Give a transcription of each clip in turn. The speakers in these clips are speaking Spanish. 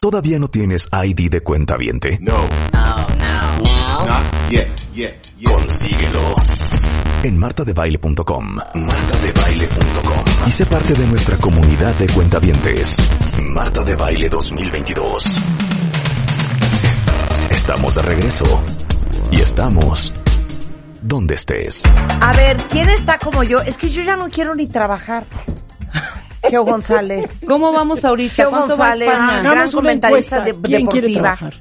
¿Todavía no tienes ID de cuenta viente? No, No, no. not yet, yet, yet. Consíguelo en martadebaile.com. Martadebaile.com. Y sé parte de nuestra comunidad de cuentavientes. Marta de Baile 2022. Estamos de regreso. Y estamos donde estés. A ver, ¿quién está como yo? Es que yo ya no quiero ni trabajar. Geo González. ¿Cómo vamos ahorita? Geo ¿Cuánto va González, España? gran Hagamos una comentarista encuesta. de- ¿Quién quiere deportiva. trabajar?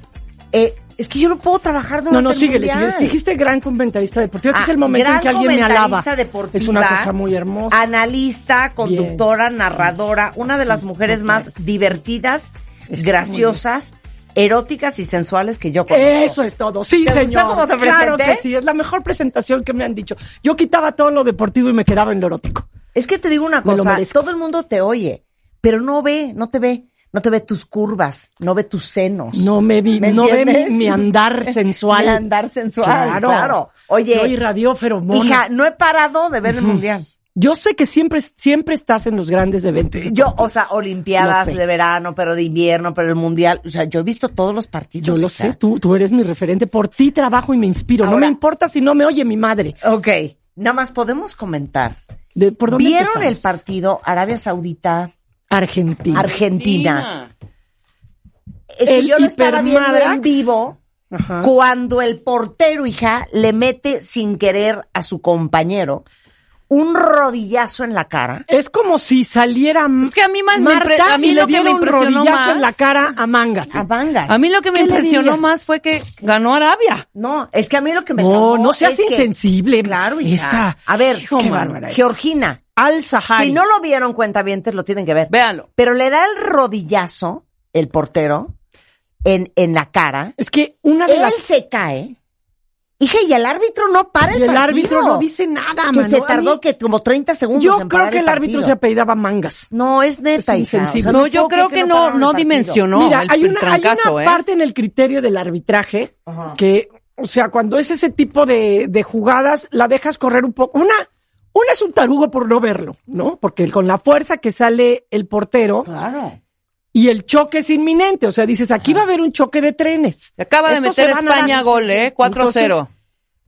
Eh, es que yo no puedo trabajar durante No, no, el síguele, Mundial. síguele. Dijiste gran comentarista deportivo. Este Ah, es el momento en gran que alguien me alaba. comentarista deportiva, Ah, Es una cosa muy hermosa. Analista, conductora, narradora, una de las mujeres más divertidas, graciosas, eróticas y sensuales que yo conozco. Eso es todo. Sí, ¿Te señor. gusta cómo te claro que presenté? sí, es la mejor presentación que me han dicho. Yo quitaba todo lo deportivo y me quedaba en lo erótico. Es que te digo una Me lo cosa, merezco. todo el mundo te oye, pero no ve, no te ve, no te ve tus curvas, no ve tus senos. No me vi, ¿Me no ve mi, entiendes? mi andar sensual. Mi andar sensual, claro. Yo Oye, irradio feromonas. hija, no he parado de ver el mundial. Yo sé que siempre, siempre estás en los grandes eventos. Yo, o sea, olimpiadas Lo sé. de verano, pero de invierno, pero el mundial, o sea, yo he visto todos los partidos. Yo lo hija. sé, tú, tú eres mi referente. Por ti trabajo y me inspiro. no Ahora- me importa si no me oye mi madre. Ok, nada más podemos comentar. De- ¿por dónde ¿Vieron empezamos? el partido Arabia Saudita, Argentina. Argentina? Es que El Ah. yo lo estaba viendo en hipermadrax. vivo Ajá. cuando el portero, hija, le mete sin querer a su compañero un rodillazo en la cara. Es como si saliera Es que a mí más me Marta impre- a mí y lo le que me diera un impresionó rodillazo más- en la cara a Mangas. A Bangas. A mí lo que me ¿Qué le impresionó dirías? más fue que ganó Arabia. No, es que a mí lo que me No, llamó no seas es que- insensible. claro, hija. Esta. A ver, Hijo, qué mano. bárbara es. Georgina, Al Sahari. si no lo vieron cuentavientes, lo tienen que ver. Véanlo. Pero le da el rodillazo, el portero, en, en la cara. Es que una de Él las. se cae. Hija, y el árbitro no para el y el partido. árbitro no dice nada, Que mano. se A tardó mí- que como 30 segundos Yo en creo parar que el árbitro partido. se apellidaba Mangas. No, es neta, Es hija. insensible. O sea, No, yo puedo creo que creer no, pararon no el partido. dimensionó Mira, el, hay el una, hay trancazo, una ¿eh? parte en el criterio del arbitraje que, o sea, cuando es ese tipo de, de jugadas, la dejas correr un poco. Una, una es un tarugo por no verlo, ¿no? Porque con la fuerza que sale el portero Claro. y el choque es inminente. O sea, dices, aquí va a haber un choque de trenes. Acaba de Estos meter se van a España dar- gol, ¿eh? 4-0. Entonces,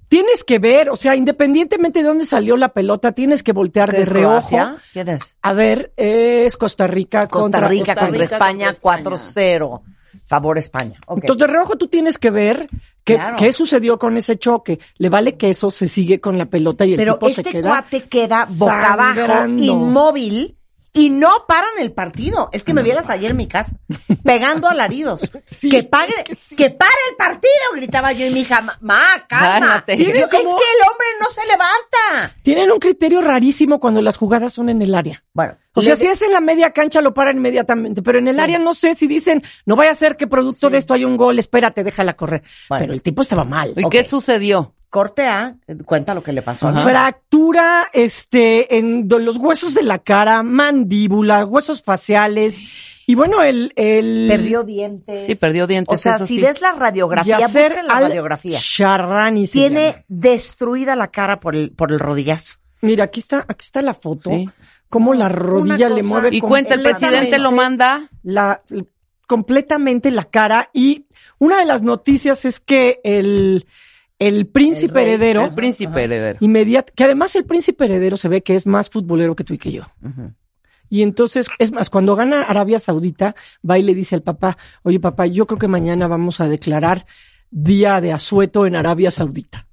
Tienes que ver, o sea, independientemente de dónde salió la pelota, tienes que voltear ¿Qué de es reojo. Croacia? ¿Quién es? A ver, es Costa Rica Costa contra Rica Costa contra Rica España, contra 4-0. Favor España. Ok. Entonces, de reojo tú tienes que ver qué, Claro. qué sucedió con ese choque. Le vale que eso se sigue con la pelota y el Pero tipo se este queda. cuate queda boca abajo, sangrando. inmóvil, y no paran el partido. Es que me vieras ayer en mi casa, pegando alaridos. Sí, que, pare, que, pare el partido, gritaba yo y mi hija, ma, calma. Cálmate. Yo, Tiene es que el como- hombre no se levanta. Tienen un criterio rarísimo cuando las jugadas son en el área. Bueno, O sea, le- si es en la media cancha lo paran inmediatamente, pero en el área no sé si dicen, no vaya a ser que producto de esto haya un gol, espérate, déjala correr. Bueno. Pero el tipo estaba mal. ¿Y Ok. qué sucedió? corte A, cuenta lo que le pasó. ¿no? Fractura este, en do- los huesos de la cara, mandíbula, huesos faciales. Y bueno, el. el Perdió dientes. Sí, perdió dientes, O sea, eso si sí. ves la radiografía, Yasser busca la Al radiografía. Sharrani se llama. Tiene destruida la cara por el, por el rodillazo. Mira, aquí está, aquí está la foto. Sí. Cómo la rodilla Una le cosa- mueve. Y cuenta, el presidente lo completamente manda. La, completamente la cara. Y una de las noticias es que el, el príncipe El rey, heredero. El príncipe heredero. inmediat- que además el príncipe heredero se ve que es más futbolero que tú y que yo. Y entonces, es más, cuando gana Arabia Saudita, va y le dice al papá, oye papá, yo creo que mañana vamos a declarar día de asueto en Arabia Saudita.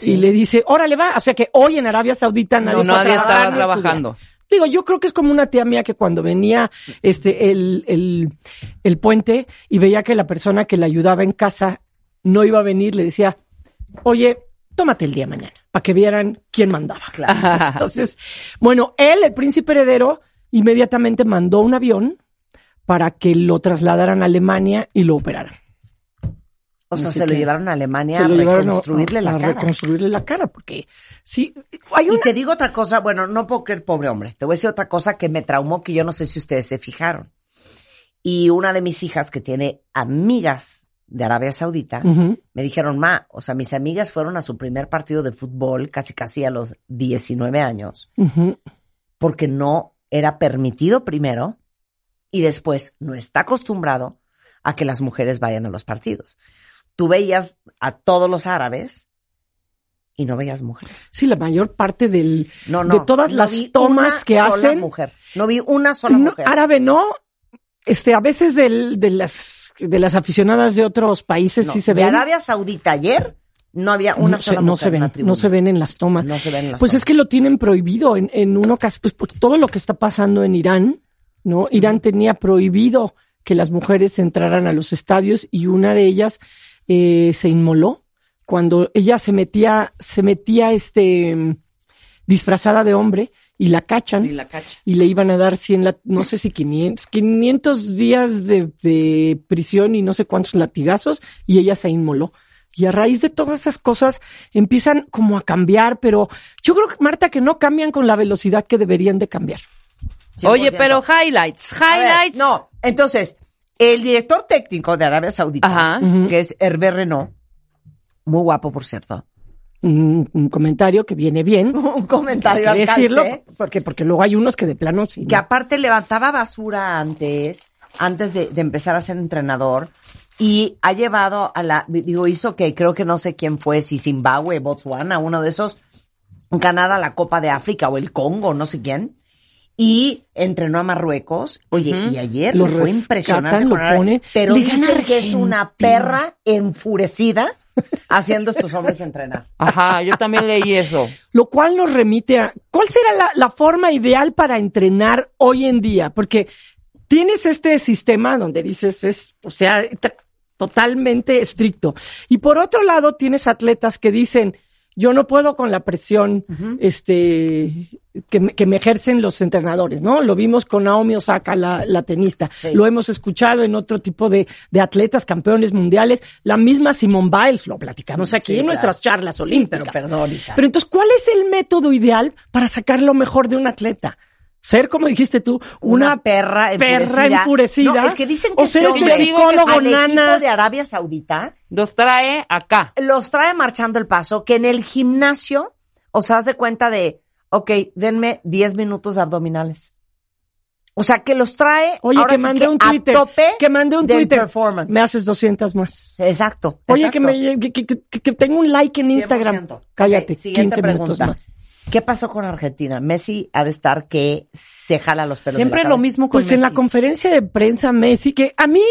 Y le dice, órale va, o sea que hoy en Arabia Saudita nadie, No, está nadie estaba trabajando, estudiando. trabajando. Digo, yo creo que es como una tía mía que cuando venía este el, el, el puente y veía que la persona que la ayudaba en casa no iba a venir, le decía, oye, tómate el día de mañana, para que vieran quién mandaba. Entonces, bueno, él, el príncipe heredero, inmediatamente mandó un avión para que lo trasladaran a Alemania y lo operaran. O sea, Así se lo que llevaron a Alemania Se a lo llevaron a- reconstruirle la a cara. reconstruirle la cara, porque sí, hay Y una... te digo otra cosa, bueno, no puedo creer, pobre hombre, te voy a decir otra cosa que me traumó, que yo no sé si ustedes se fijaron. Y una de mis hijas que tiene amigas de Arabia Saudita, Ujú. me dijeron, ma, o sea, mis amigas fueron a su primer partido de fútbol casi casi a los 19 años, Ujú. porque no era permitido primero y después no está acostumbrado a que las mujeres vayan a los partidos. Tú veías a todos los árabes y no veías mujeres. Sí, la mayor parte del, No, no. de todas no vi las tomas una que sola hacen, Mujer. No vi una sola no, mujer. árabe no, este, a veces del- de las de las aficionadas de otros países No, sí se de ven. Arabia Saudita ayer no había una no, se, sola no mujer se en la ven, tribuna. no se ven en las tomas. No se ven las Pues tomas. es que lo tienen prohibido en, en una ocasión, pues por todo lo que está pasando en Irán, ¿no? Irán tenía prohibido que las mujeres entraran a los estadios y una de ellas eh, se inmoló cuando ella se metía, se metía este mm, disfrazada de hombre y la cachan Ni la cacha. y le iban a dar 100, lat- no sé si 500, 500 días de, de prisión y no sé cuántos latigazos y ella se inmoló. Y a raíz de todas esas cosas empiezan como a cambiar, pero yo creo, que, Marta, que no cambian con la velocidad que deberían de cambiar. 100%. Oye, pero highlights, A ver, highlights. No, entonces, el director técnico de Arabia Saudita, Ajá. Ujú. que es Hervé Renault, muy guapo, por cierto. Un, un comentario que viene bien, Un hay comentario que al decirlo, calce, porque, porque luego hay unos que de plano sí. que ¿no? aparte levantaba basura antes, antes de, de empezar a ser entrenador, y ha llevado a la, digo, hizo que creo que no sé quién fue, si Zimbabue, Botswana, uno de esos, ganar a la Copa de África o el Congo, no sé quién. Y entrenó a Marruecos. Oye, y ayer Lo le fue rescatan, impresionante. lo con Arabia, ponen. pero Le gana dice que es una Argentina. perra enfurecida haciendo a estos hombres entrenar. Ajá, yo también leí eso. Lo cual nos remite a cuál será la, la forma ideal para entrenar hoy en día, porque tienes este sistema donde dices es, o sea, t- totalmente estricto. Y por otro lado tienes atletas que dicen, yo no puedo con la presión, este, que, me- que me ejercen los entrenadores, ¿no? Lo vimos con Naomi Osaka, la, la tenista. Sí. Lo hemos escuchado en otro tipo de, de atletas, campeones mundiales. La misma Simone Biles, lo platicamos Sí, aquí en claro. nuestras charlas olímpicas. pero perdón, hija. Pero entonces, ¿cuál es el método ideal para sacar lo mejor de un atleta? Ser, como dijiste tú, una, una perra enfurecida. perra enfurecida. No, es que dicen que o ser este este hombre- Yo digo que psicólogo al equipo nana. de Arabia Saudita Los trae acá. los trae marchando el paso, que en el gimnasio, o sea, haz de cuenta de, ok, denme 10 minutos de abdominales. O sea, que los trae Oye, ahora que sí mandé un a Twitter. tope Que mandé un del Twitter. performance. Me haces 200 más. Exacto. Oye, que, exacto. me, que, que- que- que tengo un like en Instagram. 100%. Cállate, Ok, siguiente 15 minutos pregunta. más. ¿Qué pasó con Argentina? Messi ha de estar que se jala los pelos. de la Siempre lo cabeza. mismo con Pues en la Messi. conferencia de prensa Messi, que a mí,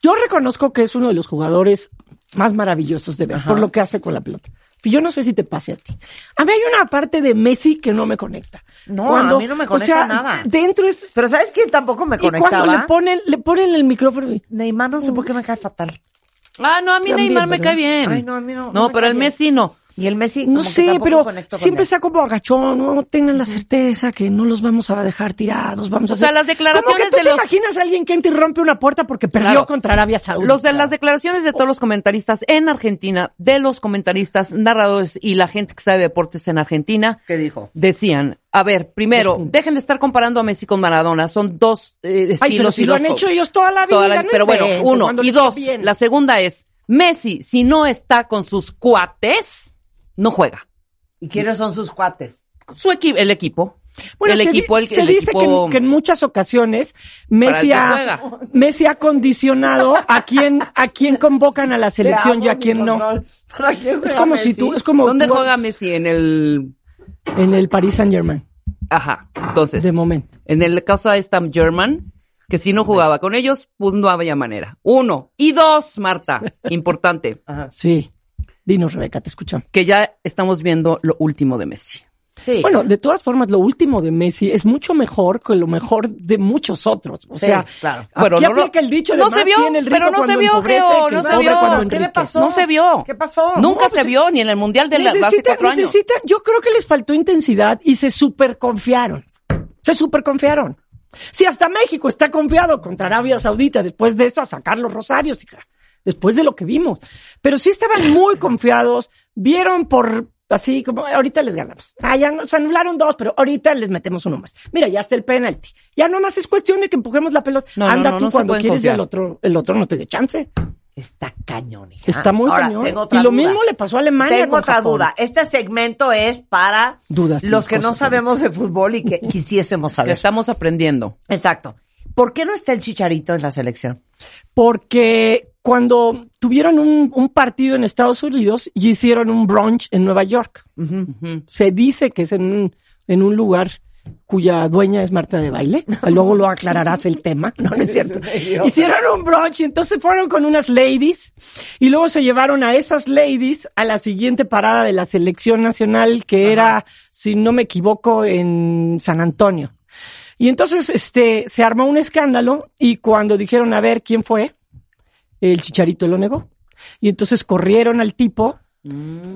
yo reconozco que es uno de los jugadores más maravillosos de ver, por lo que hace con la pelota. Yo no sé si te pase a ti. A mí hay una parte de Messi que no me conecta. No, a mí no me o conecta sea, nada. Dentro es... Pero ¿sabes quién tampoco me Y cuando le conectaba? ponen, le ponen el micrófono y... Neymar no sé por qué me cae fatal. Ah, no, a mí También, Neymar me ¿verdad? cae bien. Ay, no, a mí no, no No, me pero cae el bien. Messi no. Y el Messi No como que sé, tampoco pero conecto con siempre él. está como agachón, no tengan la certeza que no los vamos a dejar tirados, vamos a O sea, hacer- las declaraciones ¿Cómo que tú de te los- imaginas a alguien que entra y rompe una puerta porque perdió Claro. contra Arabia Saudita? Los de las declaraciones de todos los comentaristas en Argentina, de los comentaristas, narradores y la gente que sabe deportes en Argentina, ¿Qué dijo? decían, a ver, primero, dejen de estar comparando a Messi con Maradona, son dos eh, estilos Ay, pero y si lo dos han co- hecho ellos toda la vida, toda la- no pero bueno, inventen, uno cuando y les va dos. bien. La segunda es Messi, si no está con sus cuates, no juega. ¿Y quiénes son sus cuates? Su equipo, el equipo. Bueno, el se, di- equipo, el, se el dice que, equipo- en- que en muchas ocasiones Para el Messi que ha, juega. Messi ha condicionado a quién a quién convocan a la selección y a quién no. Es como si tú es como ¿Dónde tú- juega Messi? En el... en el Paris Saint Germain Ajá, entonces. de momento. En el caso de Stam German, que si no jugaba con ellos, pues no había manera. Uno. Y dos, Marta, importante, Ah. Sí. Dinos Rebeca, te escuchamos. que ya estamos viendo lo último de Messi. Sí. Bueno, de todas formas, lo último de Messi es mucho mejor que lo mejor de muchos otros. O Sí, sea, claro. Pero aquí no lo- Ah, aplica el dicho de no más se vio, tiene el rico pero no cuando se vio, empobrece Geo, que el no se pobre vio. cuando ¿Qué le enriquece. pasó? No se vio. ¿Qué pasó? Nunca pues, se vio ni en el Mundial de, la, de hace Necesita- cuatro años. necesita- yo creo que les faltó intensidad y se superconfiaron. Se superconfiaron. Si hasta México está confiado contra Arabia Saudita después de eso a sacar los rosarios, hija, después de lo que vimos. Pero sí estaban muy confiados, vieron por así como ahorita les ganamos. Ah, ya nos anularon dos, pero ahorita les metemos uno más. Mira, ya está el penalti. Ya nomás es cuestión de que empujemos la pelota. No, no, Anda no, tú no se cuando pueden quieres y confiar. el otro, el otro no te dé chance. Está cañón, hija. Está muy Ahora, cañón. tengo otra y lo duda. mismo le pasó a Alemania. Tengo con otra Japón. duda. Este segmento es para Dudas y los que no cosas, sabemos de fútbol y que quisiésemos Que saber. estamos aprendiendo. Exacto. ¿Por qué no está el chicharito en la selección? porque cuando tuvieron un, un partido en Estados Unidos y hicieron un brunch en Nueva York, se dice que es en un, en un lugar cuya dueña es Marta de Baile, luego lo aclararás el tema, no, no es cierto. Hicieron un brunch y entonces fueron con unas ladies y luego se llevaron a esas ladies a la siguiente parada de la selección nacional que era, si no me equivoco, en San Antonio. Y entonces este se armó un escándalo y cuando dijeron a ver quién fue, el chicharito lo negó. Y entonces corrieron al tipo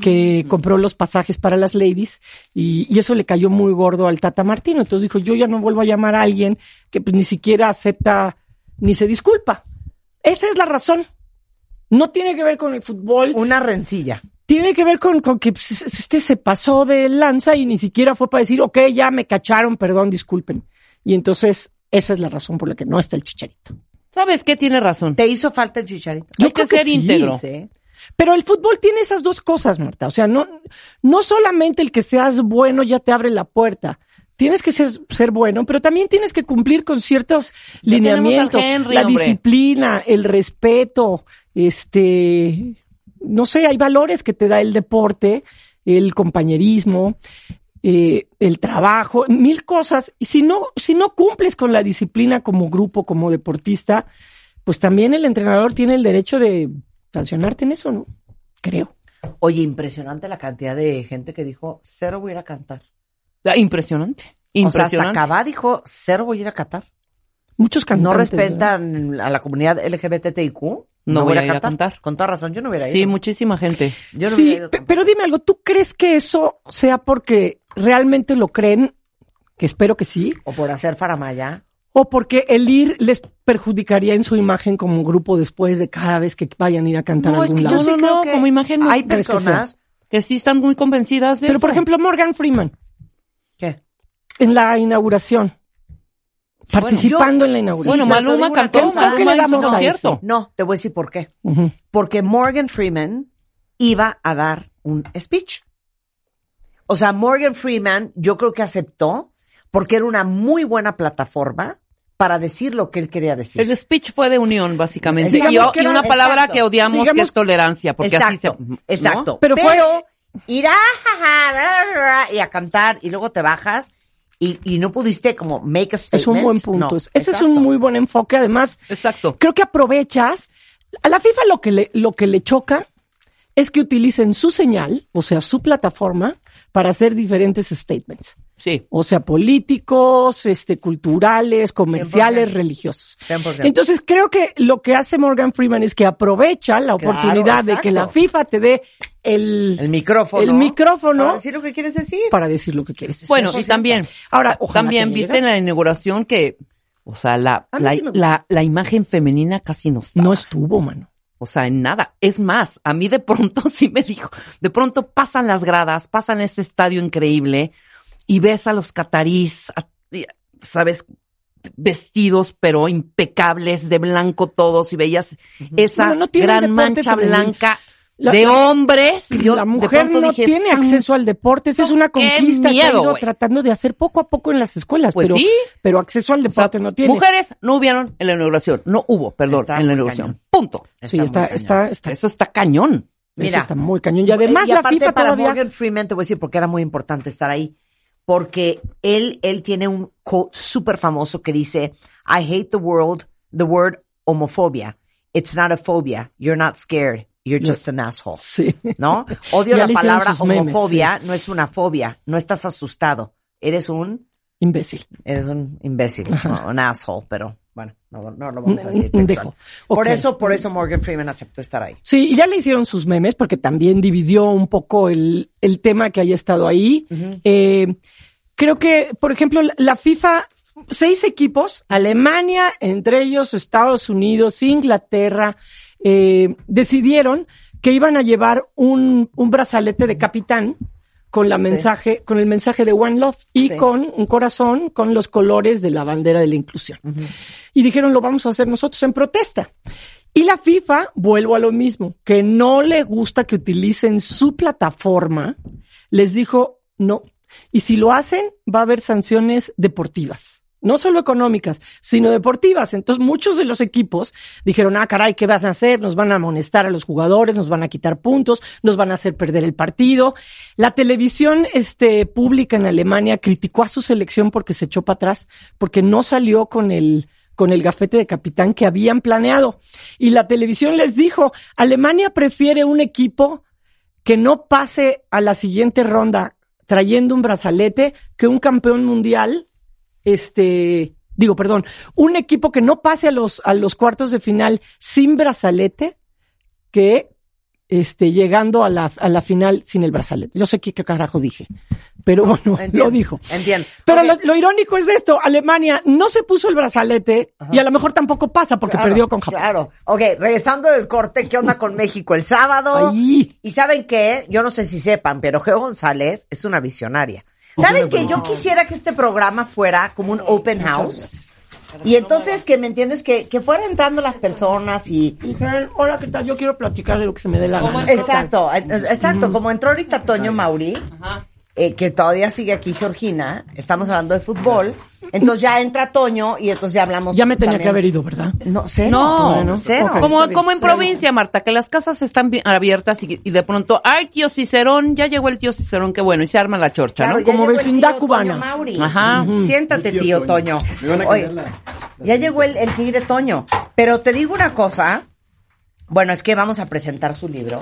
que compró los pasajes para las ladies y, y eso le cayó muy gordo al Tata Martino. Entonces dijo, yo ya no vuelvo a llamar a alguien que pues, ni siquiera acepta ni se disculpa. Esa es la razón. No tiene que ver con el fútbol, Una rencilla. tiene que ver con, con que pues, este se pasó de lanza y ni siquiera fue para decir, ok, ya me cacharon, perdón, disculpen. Y entonces esa es la razón por la que no está el chicharito. ¿Sabes qué? Tiene razón. ¿Te hizo falta el chicharito? Yo Yo Hay que creo que ser sí, íntegro. Sí. Pero el fútbol tiene esas dos cosas, Marta. O sea, no, no solamente el que seas bueno ya te abre la puerta. Tienes que ser, ser bueno, pero también tienes que cumplir con ciertos tenemos al lineamientos, Henry, la hombre. disciplina, el respeto, este, no sé, hay valores que te da el deporte, el compañerismo, eh, el trabajo, mil cosas. Y si no, si no cumples con la disciplina como grupo, como deportista, pues también el entrenador tiene el derecho de sancionarte en eso, ¿no? Creo. Oye, impresionante la cantidad de gente que dijo, cero voy a ir a cantar. Ah, O Impresionante. sea, hasta Impresionante. Cabá dijo, cero voy a ir a Qatar. Muchos cantantes. No ¿verdad? respetan a la comunidad LGBTIQ. No, voy a ir a cantar. Con toda razón, yo no hubiera ido. sí, muchísima gente. Yo no sí, hubiera ido. pe- pero dime algo, ¿tú crees que eso sea porque realmente lo creen? Que espero que sí. O por hacer faramaya. ¿O porque el ir les perjudicaría en su imagen como grupo después de cada vez que vayan a ir a cantar a algún lado? Pues, yo sí- no, no, como imagen no hay crees que sea. personas. Que sí están muy convencidas de Pero, por eso. ejemplo, Morgan Freeman, ¿Qué? en la inauguración, participando en la inauguración. Bueno, Sí, pero te Maluma digo una cantó, cosa. ¿Qué le Maluma hizo damos a concierto. No, te voy a decir por qué. Ujú. Porque Morgan Freeman iba a dar un speech. O sea, Morgan Freeman yo creo que aceptó porque era una muy buena plataforma para decir lo que él quería decir. El speech fue de unión, básicamente. Digamos Y, o- que y era- una palabra exacto. que odiamos que Digamos- es tolerancia, porque exacto, así se... exacto. Pero Pero, fue- irá y a cantar y luego te bajas y, y no pudiste como make a statement. Es un buen punto. No, Ese es un exacto. muy buen enfoque. Además, ¿no? Exacto. creo que aprovechas. A la FIFA lo que le, lo que le choca es que utilicen su señal, o sea, su plataforma, para hacer diferentes statements. Sí. O sea, políticos, este, culturales, comerciales, 100%. religiosos. 100%. Entonces, creo que lo que hace Morgan Freeman es que aprovecha la Claro, oportunidad de exacto. que la FIFA te dé el, El micrófono. el micrófono Para decir lo que quieres decir. para decir lo que quieres decir. Bueno, y también, Ahora, ojalá también que viste en llegue. la inauguración que, o sea, la, A mí la, sí me gusta. la, la imagen femenina casi no está. No estuvo, mano. O sea, en nada. Es más, a mí de pronto sí me dijo, de pronto pasan las gradas, pasan ese estadio increíble y ves a los catarís, a- y- ¿sabes? Vestidos, pero impecables, de blanco todos, y veías esa No, no tienen gran deporte mancha femenil. blanca La- de hombres. Y yo la de mujer pronto no dije, tiene "San- acceso al deporte. Esa es una ¡Qué conquista que ha miedo, ido güey! tratando de hacer poco a poco en las escuelas. Pues pero, sí. pero acceso al O sea, deporte no tiene. Mujeres no hubieron en la inauguración. No hubo, perdón, Está en la muy inauguración. cañón. Punto. sí, está, muy está, cañón. está, Eso está cañón. eso Mira. está muy cañón. Y además Y la aparte FIFA para todavía... Morgan Freeman te voy a decir porque era muy importante estar ahí. Porque él, él tiene un quote súper famoso que dice, I hate the world, the word homofobia. It's not a phobia. You're not scared. You're just an asshole. Sí. ¿No? Odio la Ya le hicieron palabra sus memes, homofobia. No es una fobia. No estás asustado. Eres un, Imbécil. eres un imbécil. Ajá. ¿no? Un asshole, pero bueno, no, no lo vamos a Un- decir un textual. dejo. Por Ok. eso, por eso Morgan Freeman aceptó estar ahí. Sí, y ya le hicieron sus memes porque también dividió un poco el, el tema que haya estado ahí. Eh, creo que, por ejemplo, la- la FIFA, seis equipos, Alemania, entre ellos Estados Unidos, Inglaterra, eh, decidieron que iban a llevar un, un brazalete de capitán con la mensaje, con el mensaje de One Love y Sí. con un corazón con los colores de la bandera de la inclusión. Y dijeron, lo vamos a hacer nosotros en protesta. Y la FIFA, vuelvo a lo mismo, que no le gusta que utilicen su plataforma, les dijo no. Y si lo hacen, va a haber sanciones deportivas. no solo económicas, sino deportivas. Entonces muchos de los equipos dijeron, ah, caray, ¿qué van a hacer? Nos van a amonestar a los jugadores, nos van a quitar puntos, nos van a hacer perder el partido. La televisión este, pública en Alemania criticó a su selección porque se echó para atrás, porque no salió con el con el gafete de capitán que habían planeado. Y la televisión les dijo, Alemania prefiere un equipo que no pase a la siguiente ronda trayendo un brazalete que un campeón mundial este, digo, perdón, un equipo que no pase a los, a los cuartos de final sin brazalete que este, llegando a la, a la final sin el brazalete. Yo sé qué, qué carajo dije, pero bueno, Entiendo, lo dijo. entiendo. Pero Ok. lo, lo irónico es esto, Alemania no se puso el brazalete y a lo mejor tampoco pasa porque Claro, perdió con Japón. Ah, Claro. Ok, regresando del corte, ¿qué onda con México el sábado? Ahí. Y saben qué, yo no sé si sepan, pero Geo González es una visionaria. ¿Saben que yo quisiera que este programa fuera como un open house? Y entonces que me entiendes que, que fueran entrando las personas y Dije, hola, ¿qué tal? Yo quiero platicar de lo que se me dé la Como gana. el- exacto, eh, eh, exacto, como entró ahorita Toño Mauri, eh, que todavía sigue aquí Georgina, estamos hablando de fútbol, entonces ya entra Toño y entonces ya hablamos. Ya me tenía también- que haber ido, ¿verdad? No, cero. No, Bueno, cero. ok. Como, está bien, como en está bien. provincia, Marta, que las casas están bi- abiertas y, y de pronto, ay, tío Cicerón, ya llegó el tío Cicerón, qué bueno, y se arma la chorcha, Claro, ¿no? ya Como llegó el vecindad tío cubana. Toño Mauri. Ajá. Ujú. Siéntate, tío, Toño. Oye, ya llegó el, el tigre Toño. Pero te digo una cosa. Bueno, es que vamos a presentar su libro.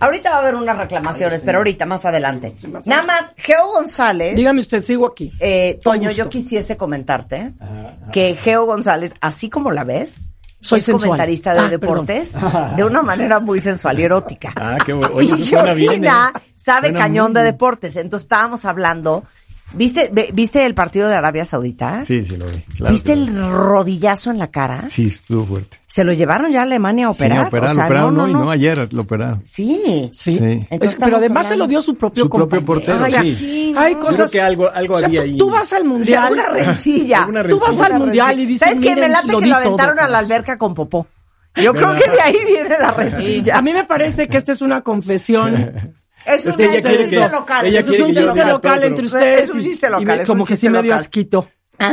Ahorita va a haber unas reclamaciones, pero ahorita, más adelante. Nada más, Geo González. Dígame usted, sigo aquí. Eh, Toño, gusto. yo quisiese comentarte que Geo González, así como la ves, Soy es sensual. comentarista de Ah, deportes de una manera muy sensual y erótica. Ah, qué bueno. Oye, y eso suena bien, Georgina ¿eh? sabe Suena cañón muy de bien. deportes. Entonces estábamos hablando. ¿Viste, ve- ¿viste el partido de Arabia Saudita? Sí, sí, lo vi. claro ¿Viste que lo el rodillazo en la cara? vi. Sí, estuvo fuerte. ¿Se lo llevaron ya a Alemania a Sí, operar? operaron, O sea, operaron hoy, no, ayer lo operaron. Sí. Sí. Sí. Es- Entonces pero estamos además se lo hablando- dio su propio Su propio compañero. portero, Ay, sí. así, Hay ¿no? Yo creo cosas que algo, algo O sea, había tú, ahí. tú vas al O sea, mundial. una rencilla. Alguna Tú vas rencilla. al mundial y dices, ¿Sabes qué? Me "Miren, late lo que di lo todo". aventaron a la alberca con popó. Yo creo ¿Verdad? que de ahí viene la rencilla. A mí me parece que esta es una confesión. Es, Es un que ella quiere chiste que- local. ella es quiere un que yo chiste haga todo, local pero- entre ustedes. Es un y- chiste y local, me- es un como que chiste sí me dio local. asquito. Sí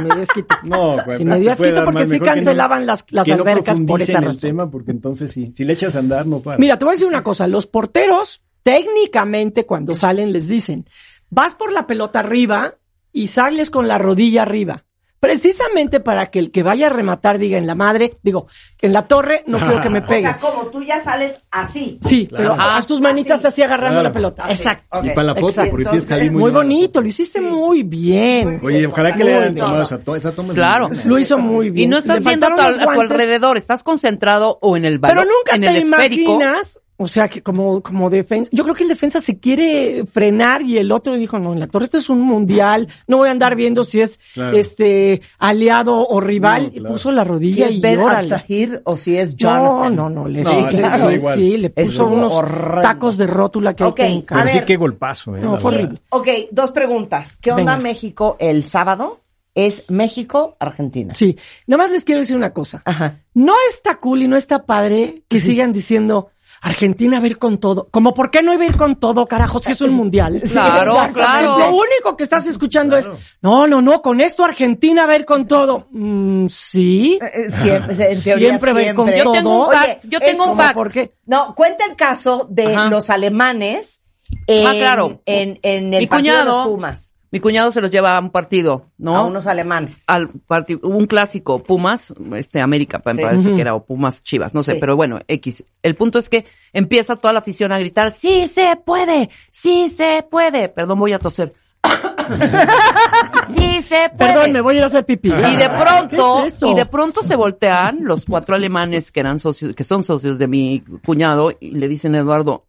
me dio asquito. No, güey, Sí me te dio puede asquito dar porque más. sí Mejor que cancelaban las- las que albercas por profundicen esa el razón. tema porque entonces sí, si le echas a andar no para. Mira, te voy a decir una cosa. Los porteros, técnicamente, cuando salen, les dicen, vas por la pelota arriba y sales con la rodilla arriba. Precisamente para que el que vaya a rematar diga en la madre, digo, en la torre no quiero que me O pegue. sea, como tú ya sales así. Sí, pero Claro. haz tus manitas Así. así agarrando Claro. la pelota. Así. Exacto. Ok. y para la foto, exacto. porque sí es que salí Muy, muy mal. bonito, lo hiciste muy bien. Oye, ojalá que le hayan Muy tomado bien. esa, to- esa toma. es Claro. muy buena. Lo hizo muy bien. Y no estás Le viendo a tu, faltaron los a tu guantes, alrededor, estás concentrado o en el balón, Pero nunca en te el esférico. imaginas, o sea, que como, como defensa, yo creo que el defensa se quiere frenar y el otro dijo, no, en la torre esto es un mundial, no voy a andar viendo si es Claro. este aliado o rival. No, claro. Y puso la Si rodilla es y Ben órale. Al-Zahir o si es No, Jonathan. no, no, le, No, sí, sí, claro, sí, igual. sí, le puso Estuvo unos horrendo. tacos de rótula que hay Ok, que hincar. a Pero ver. qué, qué golpazo, eh. No, la fue verdad. horrible. Ok, dos preguntas. ¿Qué onda Venga. México el sábado? Es México-Argentina. Sí, nada más les quiero decir una cosa. Ajá. No está cool y no está padre que sigan diciendo Argentina va a ir con todo. Como, ¿por qué no iba a ir con todo, carajos? Que es un mundial. Claro, exactamente. claro. Lo único que estás escuchando es, no, no, no, con esto Argentina va a ir con todo. Mm, sí. Eh, eh, Siempre, en teoría, Ah. Siempre va a ir con siempre. Yo tengo un todo. fact, Oye, yo es tengo un como fact. ¿Por qué? No, cuenta el caso de Ajá. los alemanes en, Ah, claro. en, en el Mi partido de los cuñado, Pumas. Mi cuñado se los lleva a un partido, ¿no? Ah, A unos alemanes. al parti- hubo un clásico, Pumas, este, América, me Sí. parece Ujú. que era, o Pumas Chivas, no sé, Sí. pero bueno, X. El punto es que empieza toda la afición a gritar, sí se puede, sí se puede. Perdón, voy a toser. sí se puede. Perdón, me voy a ir a hacer pipí. Y de pronto, Ah, ¿Qué es eso? y de pronto se voltean los cuatro alemanes que eran socios, que son socios de mi cuñado, y le dicen a Eduardo,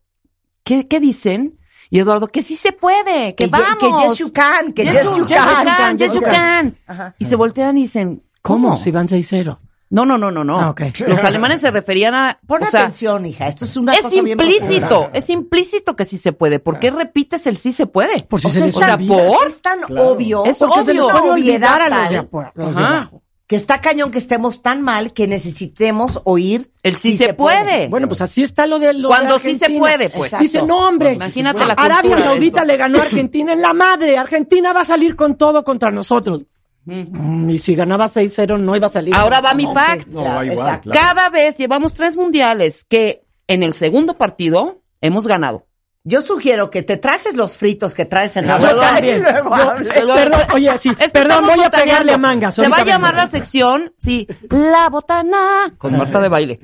¿qué, qué dicen? Y Eduardo, que sí se puede, que, ye- vamos. que yes you can, que yes, you can. can, yes you Ok. can. Ajá. Y se voltean y dicen, ¿Cómo? ¿cómo? Si van 6-0. No, no, no, no, no. Ah, ok. Los alemanes se referían a, Pon o sea, atención, hija. Esto es una es cosa bien implícito, profunda. Ah. es implícito que sí se puede. ¿Por qué repites el sí se puede? Por si O se sea, les es tan, olvida. ¿por? es tan Claro. obvio, Es porque se les obvio. puede una olvidar obviedad a los de, tal, apua- los de Ajá. abajo. que está cañón que estemos tan mal que necesitemos oír El sí, si se, puede. Bueno, pues así está lo de lo de Cuando sí se Argentina. puede, pues. Exacto. Dice, no, hombre. Ah, Imagínate la Arabia cultura de Saudita esto. le ganó a Argentina en la madre. Argentina va a salir con todo contra nosotros. Mm, Y si ganaba 6-0 no iba a salir. Ahora va mi No, fact. No, va igual, exacto. claro. Cada vez llevamos tres mundiales que en el segundo partido hemos ganado. Yo sugiero que te trajes los fritos que traes en la boca Yo y también. luego Yo- hables. Lo- Eh, Perdón, oye, sí, Es que perdón, estamos voy a botaneando. pegarle a mangas. Se va a ahorita llamar vengo. la sección, sí, la botana con Marta de baile.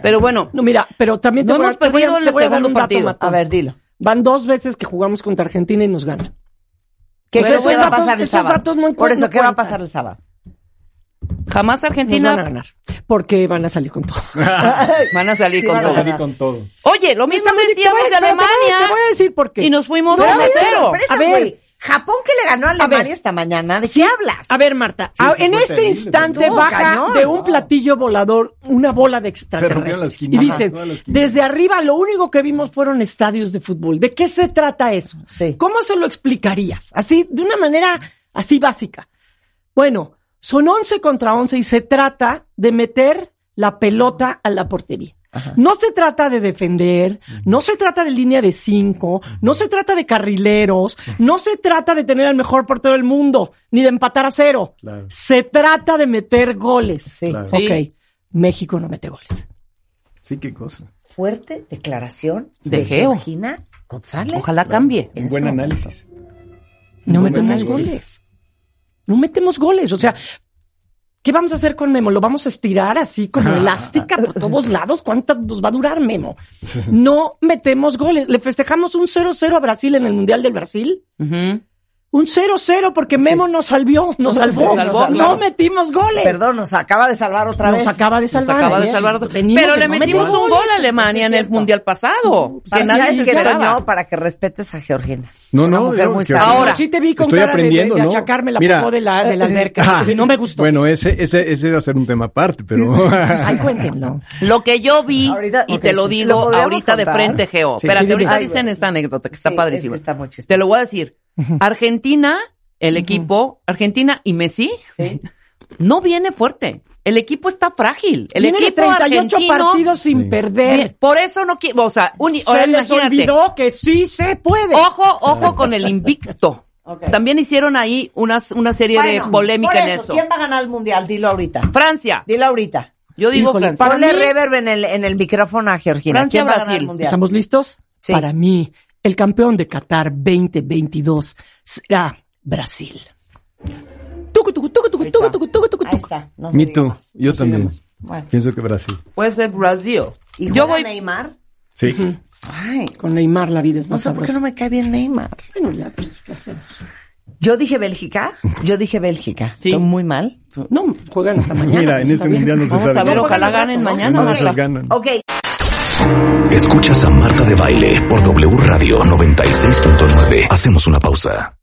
Pero bueno, No, mira, pero también No te voy a- hemos te voy a- perdido en te el voy a dar segundo un dato partido. matón. A ver, dilo. Van dos veces que jugamos contra Argentina y nos ganan. ¿Qué, Pero qué va a esos pasar datos- el esos sábado? datos no Por eso, encuentro- ¿qué va a cuentan. pasar el sábado? jamás Nos van a Argentina ganar. Porque van a salir con todo. van a salir Sí, con van a todo. salir. Salí con todo. Oye, lo mismo Te voy a- decíamos de espérate, Te voy Alemania a decir por qué. y nos fuimos No, a Pero hay cero. sorpresas, A ver. güey. Japón que le ganó a Alemania ver. esta mañana. ¿De qué hablas? A ver, Marta, Sí, ah, eso en fue este terrible, pues. instante estuvo baja cañón. de un platillo volador una bola de rompió la extraterrestres. Y esquina. dicen, Ajá, toda la esquina. desde arriba lo único que vimos fueron estadios de fútbol. ¿De qué se trata eso? Sí. ¿Cómo se lo explicarías? Así, de una manera así básica. Bueno, son 11 contra 11 y se trata de meter la pelota a la portería. No se trata de defender, no se trata de línea de cinco, no se trata de carrileros, no se trata de tener al mejor portero del mundo, ni de empatar a cero. Claro. Se trata de meter goles. Sí. Claro. Ok, México no mete goles. Sí, qué cosa. Fuerte declaración de, De Geo. Georgina González. Ojalá cambie. Eso. Un buen análisis. No, No metemos metemos goles. goles. No metemos goles. O sea, ¿qué vamos a hacer con Memo? ¿Lo vamos a estirar así como elástica por todos lados? ¿Cuánto nos va a durar Memo? No metemos goles. Le festejamos un 0-0 a Brasil en el Mundial del Brasil. Ujú. Un 0-0 porque Memo nos salvió, nos salvó. salvó, no claro. metimos goles. Perdón, nos acaba de salvar otra nos vez. acaba de Nos salvar. acaba de ¿eh? salvar. Venimos Pero de le no metimos meter un goles. Pues gol a Alemania Sí, es en el cierto. mundial pasado. Para Que que, nadie ¿sabes se qué, esperaba. Toño? para que respetes a Georgina. No, es una no, mujer yo- muy que- sabia. Ahora, Sí te vi con Estoy cara de- aprendiendo, de, de ¿no? achacarme la Mira. popó de la, de la alberca. Ajá. y no me gustó. Bueno, ese, ese, ese va a ser un tema aparte, pero. Ay, cuéntenlo. Lo que yo vi, Ahorita- y ok, te lo sí. digo ¿Lo podríamos ahorita de contar? frente, Geo. Sí, Espérate, sí, dime. ahorita Ay, dicen güey. esta anécdota que está Sí, padrísima. es que está muy chistosa. Te lo voy a decir. Argentina, el equipo, Argentina y Messi, Sí. no viene fuerte. El equipo está frágil. El Viene de equipo 38 argentino. partidos sin Sí. perder. vi- Por eso no quiero. O sea, uni- Se ahora les imagínate. olvidó que sí se puede. Ojo, ojo con el invicto. Ok. También hicieron ahí unas, una serie Bueno, de polémica por en eso. ¿Quién va a ganar el mundial? Dilo ahorita. Francia. Dilo ahorita. Yo digo Híjole, Francia. Para Ponle mí- reverb en el, en el micrófono a Georgina. Francia, ¿Quién va a ganar el Brasil. mundial? ¿Estamos listos? Sí. Para mí, el campeón de Qatar 2022 será Brasil. Tucu, tucu, tucu, tucu, tucu, tucu, tucu, tucu, Ahí tucu. está. No se Me diga too. más. Yo también. Bueno. Pienso que Brasil. Puede ser Brasil. ¿Y juega Yo voy. Neymar? Sí. Ay, Con Neymar la vida es no más sé por qué no sabrosa. me cae bien Neymar. Bueno, ya, pues, ¿qué hacemos? Yo dije Bélgica. Yo dije Bélgica. Sí. Estoy muy mal. No, juegan hasta mañana. Mira, en este mundial no se Vamos sabe. a ver, nada. ojalá ganen mañana. Nada más Marta. las ganan. Ok, Escuchas a Marta de Baile por W Radio 96.9. Hacemos una pausa.